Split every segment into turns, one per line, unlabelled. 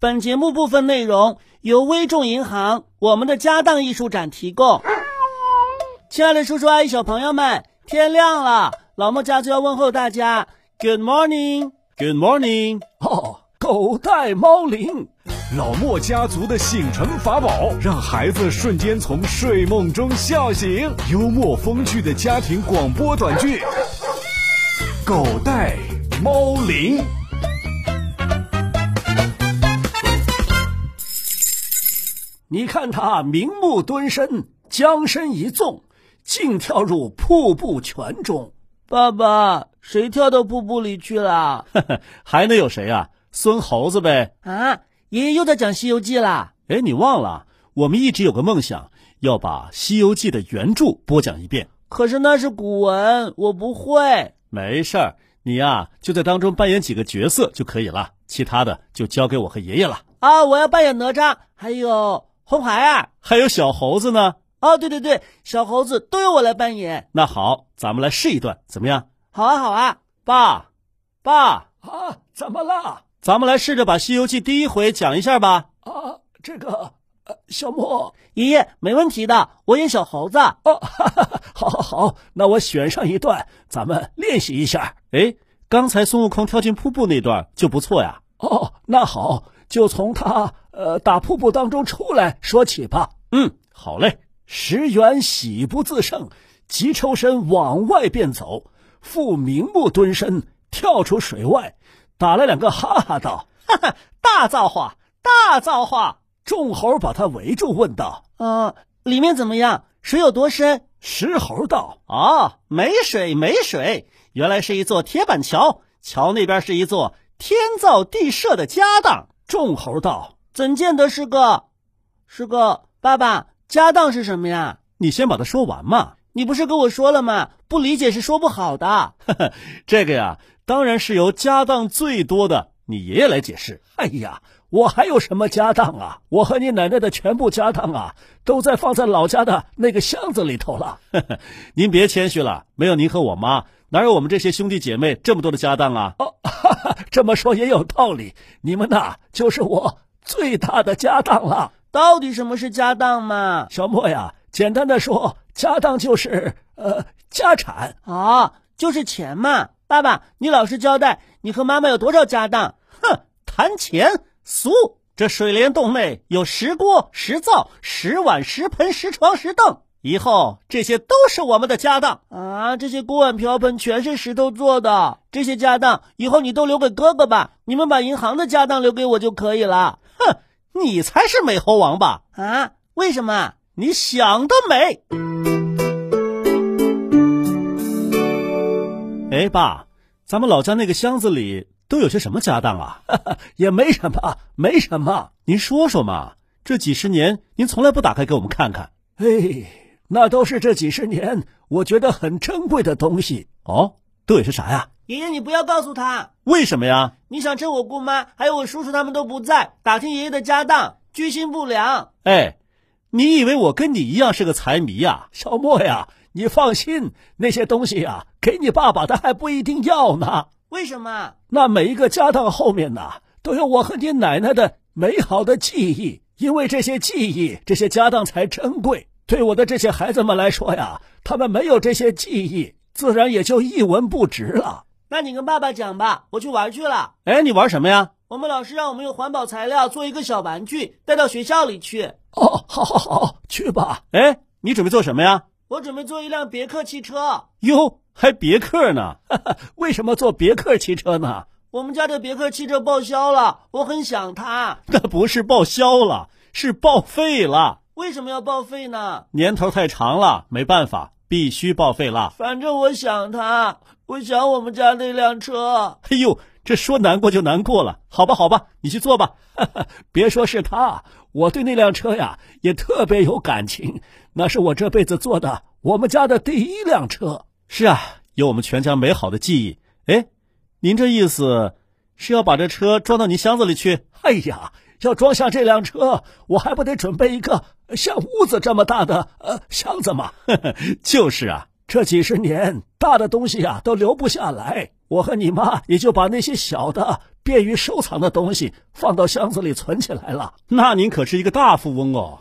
本节目部分内容由微众银行我们的家当艺术展提供。亲爱的叔叔阿姨、小朋友们，天亮了，老莫家就要问候大家，Good morning，Good morning。
哦，狗带猫铃，
老莫家族的醒神法宝，让孩子瞬间从睡梦中笑醒。幽默风趣的家庭广播短剧，《狗带猫铃》。
你看他明目蹲身，将身一纵，竟跳入瀑布泉中。
爸爸，谁跳到瀑布里去了？
还能有谁啊？孙猴子呗！
啊，爷爷又在讲《西游记》啦。
哎，你忘了？我们一直有个梦想，要把《西游记》的原著播讲一遍。
可是那是古文，我不会。
没事儿，你呀、就在当中扮演几个角色就可以了，其他的就交给我和爷爷了。
啊，我要扮演哪吒，还有红孩儿。
还有小猴子呢。
哦，对对对，小猴子都由我来扮演。
那好，咱们来试一段，怎么样？
好啊，好啊。
爸，爸，
啊，怎么啦？
咱们来试着把《西游记》第一回讲一下吧。
啊，这个，呃、小莫，
爷爷没问题的，我演小猴子。
哦，哈哈哈 好，好，好，那我选上一段，咱们练习一下。
哎，刚才孙悟空跳进瀑布那段就不错呀。
哦，那好，就从他呃打瀑布当中出来说起吧。
嗯，好嘞。
石原喜不自胜，急抽身往外便走，复明目蹲身跳出水外，打了两个哈哈道：“ 哈哈，大造化，大造化！”众猴把他围住，问道
呃
嗯，里面怎么样？水有多深？：“
石猴道，
哦，没水没水，原来是一座铁板桥，桥那边是一座天造地设的家当。
众猴道，
怎见得是个，是个爸爸？家当是什么呀？
你先把它说完嘛。
你不是跟我说了吗？不理解是说不好的。
这个呀，当然是由家当最多的你爷爷来解释。
哎呀，我还有什么家当啊？我和你奶奶的全部家当啊，都在放在老家的那个箱子里头了。
您别谦虚了，没有您和我妈，哪有我们这些兄弟姐妹这么多的家当啊？
哦， 哈哈，这么说也有道理，你们呐就是我最大的家当了。
到底什么是家当嘛？
小莫呀，简单的说，家当就是呃家产。
啊，就是钱嘛。爸爸，你老实交代，你和妈妈有多少家当？
哼，谈钱俗。这水帘洞内有石锅、石灶、石碗、石盆、石床、石凳，以后这些都是我们的家当。
啊，这些锅碗瓢盆全是石头做的，这些家当以后你都留给哥哥吧。你们把银行的家当留给我就可以了。
你才是美猴王吧？
啊，为什么？
你想得美！哎，爸，咱们老家那个箱子里都有些什么家当啊？
也没什么，没什么。
您说说嘛，这几十年您从来不打开给我们看看
哎，那都是这几十年我觉得很珍贵的东西。
哦？都有些啥呀？
爷爷，你不要告诉他，
为什么呀？
你想趁我姑妈还有我叔叔他们都不在，打听爷爷的家当，居心不良。
哎，你以为我跟你一样是个财迷呀、
啊小莫呀，你放心，那些东西呀，给你爸爸他还不一定要呢。
为什么？
那每一个家当后面呐，都有我和你奶奶的美好的记忆，因为这些记忆，这些家当才珍贵。对我的这些孩子们来说呀，他们没有这些记忆，自然也就一文不值了。
那你跟爸爸讲吧，我去玩去了。
哎，你玩什么呀？
我们老师让我们用环保材料做一个小玩具，带到学校里去。
哦，好好好，去吧。
哎，你准备做什么呀？
我准备做一辆别克汽车，
哟，还别克呢？
为什么坐别克汽车呢？
我们家的别克汽车报销了，我很想它。
那不是报销了，是报废了。
为什么要报废呢？
年头太长了，没办法，必须报废了。
反正我想它，我想我们家那辆车。
哎呦，这说难过就难过了，好吧，好吧，你去做吧。
别说是他，我对那辆车呀也特别有感情，那是我这辈子坐的我们家的第一辆车。
是啊，有我们全家美好的记忆。哎，您这意思是要把这车装到您箱子里去？
哎呀，要装下这辆车，我还不得准备一个呃像屋子这么大的呃箱子吗？
就是啊，
这几十年大的东西啊都留不下来，我和你妈也就把那些小的便于收藏的东西放到箱子里存起来了。
那您可是一个大富翁哦！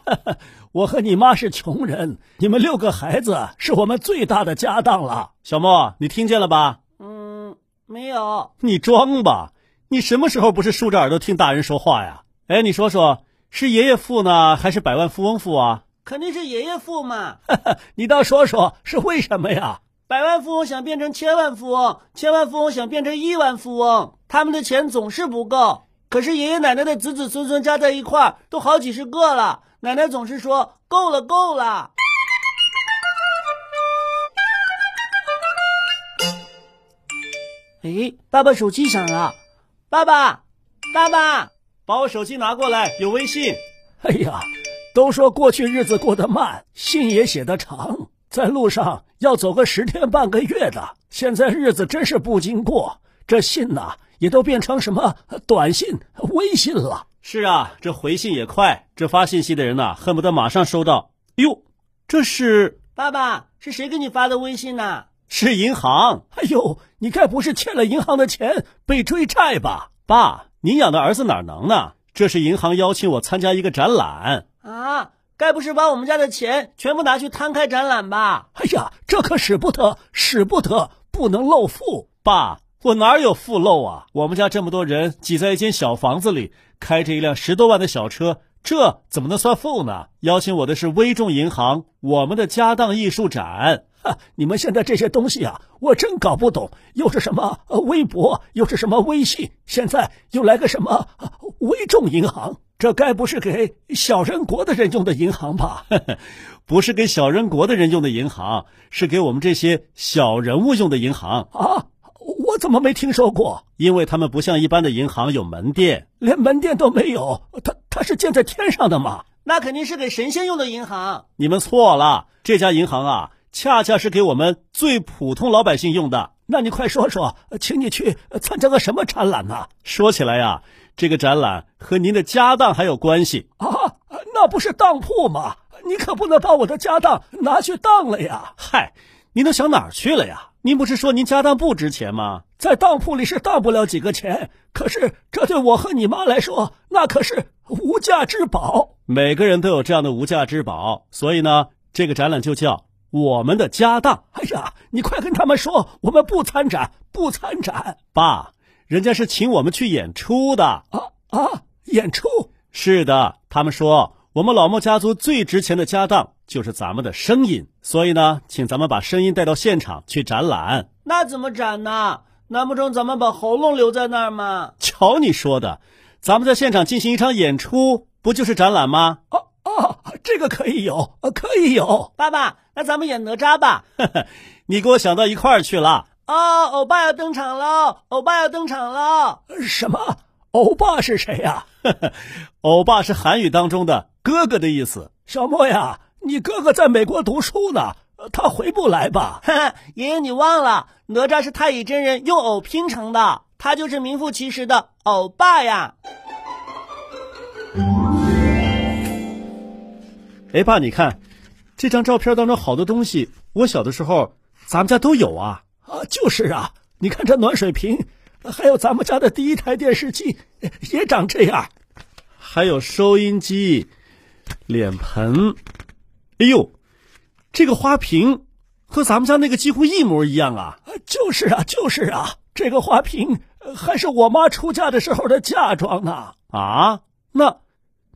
我和你妈是穷人，你们六个孩子是我们最大的家当了。
小莫，你听见了吧？
嗯，没有。
你装吧！你什么时候不是竖着耳朵听大人说话呀？哎，你说说，是爷爷富呢，还是百万富翁富啊？
肯定是爷爷富嘛！
你倒说说是为什么呀？
百万富翁想变成千万富翁，千万富翁想变成亿万富翁，他们的钱总是不够。可是爷爷奶奶的子子孙孙加在一块儿都好几十个了，奶奶总是说够了，够了。哎，爸爸手机响了，爸爸，爸爸，
把我手机拿过来，有微信。
哎呀，都说过去日子过得慢，信也写得长。在路上要走个十天半个月的，现在日子真是不经过，这信呐、啊、也都变成什么短信、微信了。
是啊，这回信也快，这发信息的人呐、啊，恨不得马上收到。哟，这是
爸爸，是谁给你发的微信呐、啊？
是银行。
哎呦，你该不是欠了银行的钱被追债吧？
爸，您养的儿子哪能呢？这是银行邀请我参加一个展览
啊。该不是把我们家的钱全部拿去摊开展览吧？
哎呀，这可使不得，使不得，不能露富。
爸，我哪有富漏啊？我们家这么多人挤在一间小房子里，开着一辆十多万的小车，这怎么能算富呢？邀请我的是微众银行我们的家当艺术展。
哈，你们现在这些东西啊，我真搞不懂，又是什么
呃
微博，又是什么微信，现在又来个什么
呃
微众银行。这该不是给小人国的人用的银行 吧？
不是给小人国的人用的银行，是给我们这些小人物用的银行
啊！我怎么没听说过？
因为他们不像一般的银行有门店，
连门店都没有，它它是建在天上的嘛？
那肯定是给神仙用的银行。
你们错了，这家银行啊，恰恰是给我们最普通老百姓用的。
那你快说说，请你去参加个什么展览呢、啊？
说起来呀、啊，这个展览和您的家当还有关系
啊！那不是当铺吗？你可不能把我的家当拿去当了呀！
嗨，您都想哪儿去了呀？您不是说您家当不值钱吗？
在当铺里是当不了几个钱，可是这对我和你妈来说，那可是无价之宝。
每个人都有这样的无价之宝，所以呢，这个展览就叫。我们的家当，
哎呀，你快跟他们说，我们不参展，不参展。
爸，人家是请我们去演出的啊
啊！演出？
是的，他们说我们老莫家族最值钱的家当就是咱们的声音，所以呢，请咱们把声音带到现场去展览。
那怎么展呢？难不成咱们把喉咙留在那儿吗？
瞧你说的，咱们在现场进行一场演出，不就是展览吗？
啊
哦
啊，这个可以有，
呃
可以 有，
爸爸。那咱们演哪吒吧！
你给我想到一块儿去了
哦，欧巴要登场喽！欧巴要登场喽！
什么？欧巴是谁呀、
啊？ 欧巴是韩语当中的“哥哥”的意思。
小莫呀，你哥哥在美国读书呢，他回不来吧？
爷爷，你忘了，哪吒是太乙真人用“偶”拼成的，他就是名副其实的欧巴呀。
哎，爸，你看。这张照片当中好多东西，我小的时候咱们家都有啊
啊，就是啊，你看这暖水瓶，还有咱们家的第一台电视机也长这样，
还有收音机、脸盆，哎呦，这个花瓶和咱们家那个几乎一模一样啊！
就是啊，就是啊，这个花瓶呃还是我妈出嫁的时候的嫁妆呢
啊，那。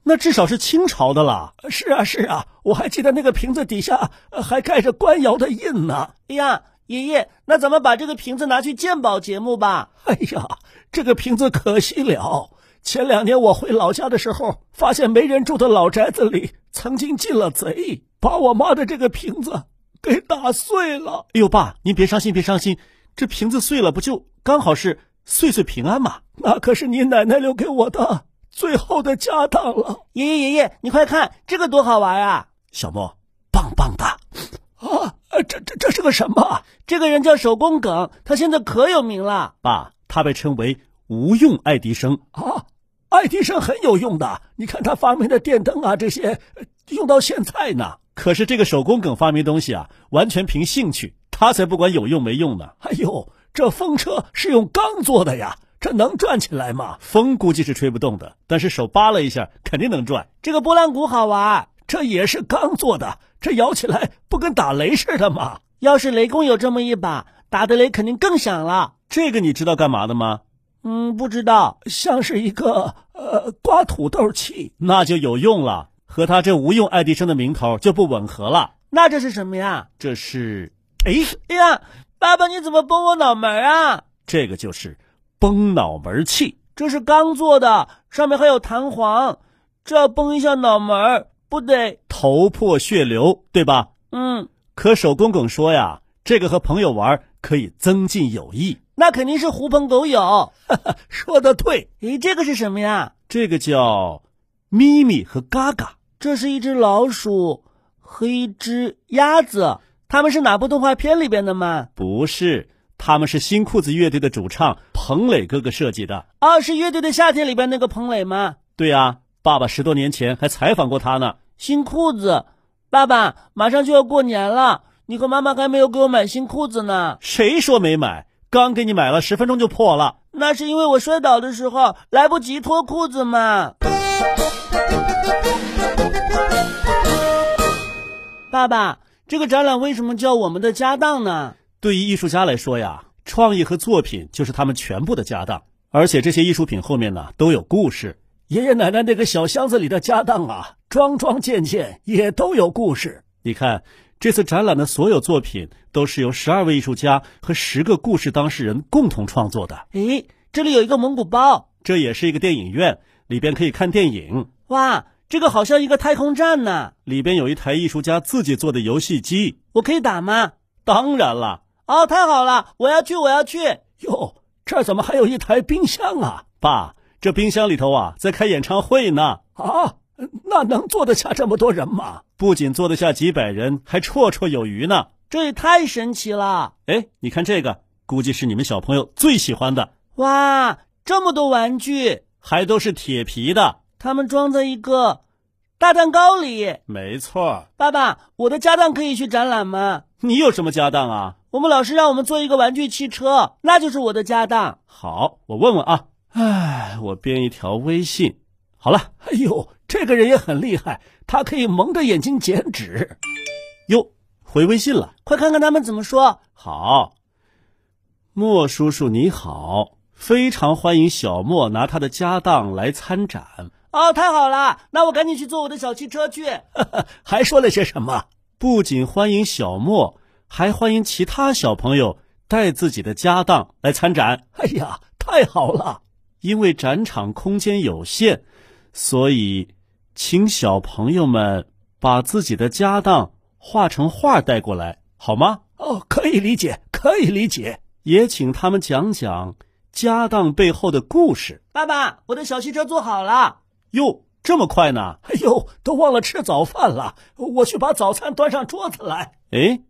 那至少是清朝的了。
是啊，是啊，我还记得那个瓶子底下呃还盖着官窑的印呢。
哎呀，爷爷，那咱们把这个瓶子拿去鉴宝节目吧。
哎呀，这个瓶子可惜了。前两年我回老家的时候，发现没人住的老宅子里曾经进了贼，把我妈的这个瓶子给打碎了。
哎呦，爸，您别伤心，别伤心，这瓶子碎了不就刚好是岁岁平安嘛？
那可是你奶奶留给我的。最后的家当了，
爷爷爷爷，你快看这个多好玩啊！
小莫，棒棒的
啊！这这这是个什么？
这个人叫手工梗，他现在可有名了。
爸，他被称为无用爱迪生
啊！爱迪生很有用的，你看他发明的电灯啊，这些用到现在呢。
可是这个手工梗发明东西啊，完全凭兴趣，他才不管有用没用呢。
哎呦，这风车是用钢做的呀，这能转起来吗？
风估计是吹不动的，但是手扒拉一下肯定能转。
这个拨浪鼓好玩，
这也是钢做的，这摇起来不跟打雷似的吗？
要是雷公有这么一把，打的雷肯定更响了。
这个你知道干嘛的吗？
嗯，不知道，
像是一个呃刮土豆器，
那就有用了，和他这无用爱迪生的名头就不吻合了。
那这是什么呀？
这是，
哎哎呀，爸爸你怎么崩我脑门啊？
这个就是崩脑门器，
这是钢做的，上面还有弹簧，这要崩一下脑门，不得
头破血流，对吧？
嗯。
可手公公说呀，这个和朋友玩可以增进友谊，
那肯定是狐朋狗友。
说的对，
咦，这个是什么呀？
这个叫咪咪和嘎嘎。
这是一只老鼠和一只鸭子，他们是哪部动画片里边的吗？
不是，他们是新裤子乐队的主唱彭磊哥哥设计的。
哦，是乐队的夏天里边那个彭磊吗？
对呀、啊，爸爸十多年前还采访过他呢。
新裤子。爸爸，马上就要过年了，你和妈妈还没有给我买新裤子呢。
谁说没买？刚给你买了，十分钟就破了。
那是因为我摔倒的时候来不及脱裤子嘛。爸爸，这个展览为什么叫我们的家当呢？
对于艺术家来说呀，创意和作品就是他们全部的家当，而且这些艺术品后面呢都有故事。
爷爷奶奶那个小箱子里的家当啊，桩桩件件也都有故事。
你看，这次展览的所有作品都是由十二位艺术家和十个故事当事人共同创作的。
诶，这里有一个蒙古包，
这也是一个电影院，里边可以看电影。
哇，这个好像一个太空站呢、啊。
里边有一台艺术家自己做的游戏机，
我可以打吗？
当然了。
哦，太好了，我要去，我要去。
哟，这怎么还有一台冰箱啊，
爸？这冰箱里头啊，在开演唱会呢
啊！那能坐得下这么多人吗？
不仅坐得下几百人，还绰绰有余呢。
这也太神奇了！
哎，你看这个，估计是你们小朋友最喜欢的。
哇，这么多玩具，
还都是铁皮的，
它们装在一个大蛋糕里。
没错。
爸爸，我的家当可以去展览吗？
你有什么家当啊？
我们老师让我们做一个玩具汽车，那就是我的家当。
好，我问问啊。唉，我编一条微信。好了，
哎呦，这个人也很厉害，他可以蒙着眼睛剪纸。
哟，回微信了，
快看看他们怎么说。
好，莫叔叔你好，非常欢迎小莫拿他的家当来参展。
哦，太好了，那我赶紧去坐我的小汽车 去。
还说了些什么？
不仅欢迎小莫，还欢迎其他小朋友带自己的家当来参展。
哎呀，太好了！
因为展场空间有限，所以请小朋友们把自己的家当画成画带过来，好吗？
哦，可以理解，可以理解。
也请他们讲讲家当背后的故事。
爸爸，我的小汽车做好了。
哟，这么快呢？
哎呦，都忘了吃早饭了，我去把早餐端上桌子来。
哎，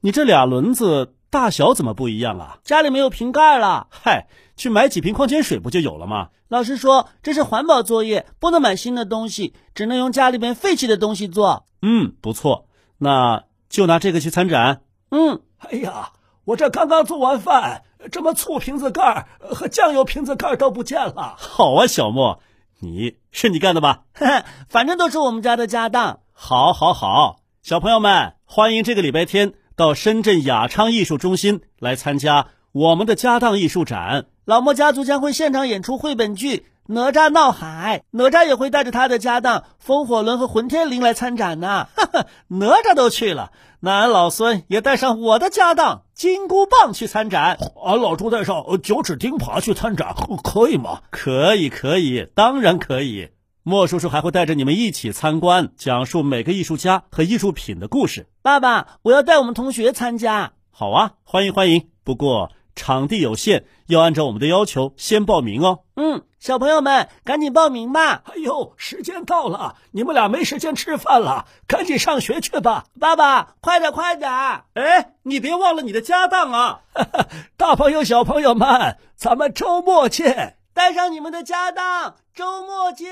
你这俩轮子。大小怎么不一样啊？
家里没有瓶盖了，
嗨，去买几瓶矿泉水不就有了吗？
老师说这是环保作业，不能买新的东西，只能用家里边废弃的东西做。
嗯，不错，那就拿这个去参展。
嗯，
哎呀，我这刚刚做完饭，这么醋瓶子盖和酱油瓶子盖都不见了。
好啊，小莫，你是你干的吧？
反正都是我们家的家当。
好，好，好，小朋友们，欢迎这个礼拜天。到深圳雅昌艺术中心来参加我们的家当艺术展，
老莫家族将会现场演出绘本剧《哪吒闹海》，哪吒也会带着他的家当风火轮和混天绫来参展呢、
啊。哈哈， 哪吒都去了，那俺老孙也带上我的家当金箍棒去参展，
俺、啊、老朱带上九齿钉耙去参展，可以吗？
可以，可以，当然可以。莫叔叔还会带着你们一起参观，讲述每个艺术家和艺术品的故事。
爸爸，我要带我们同学参加。
好啊，欢迎欢迎。不过场地有限，要按照我们的要求先报名哦。
嗯，小朋友们赶紧报名吧。
哎呦，时间到了，啊你们俩没时间吃饭了，赶紧上学去吧。
爸爸，快点快点！
哎，你别忘了你的家 当啊！
大朋友小朋友们，咱们周末见。
带上你们的家当，周末见。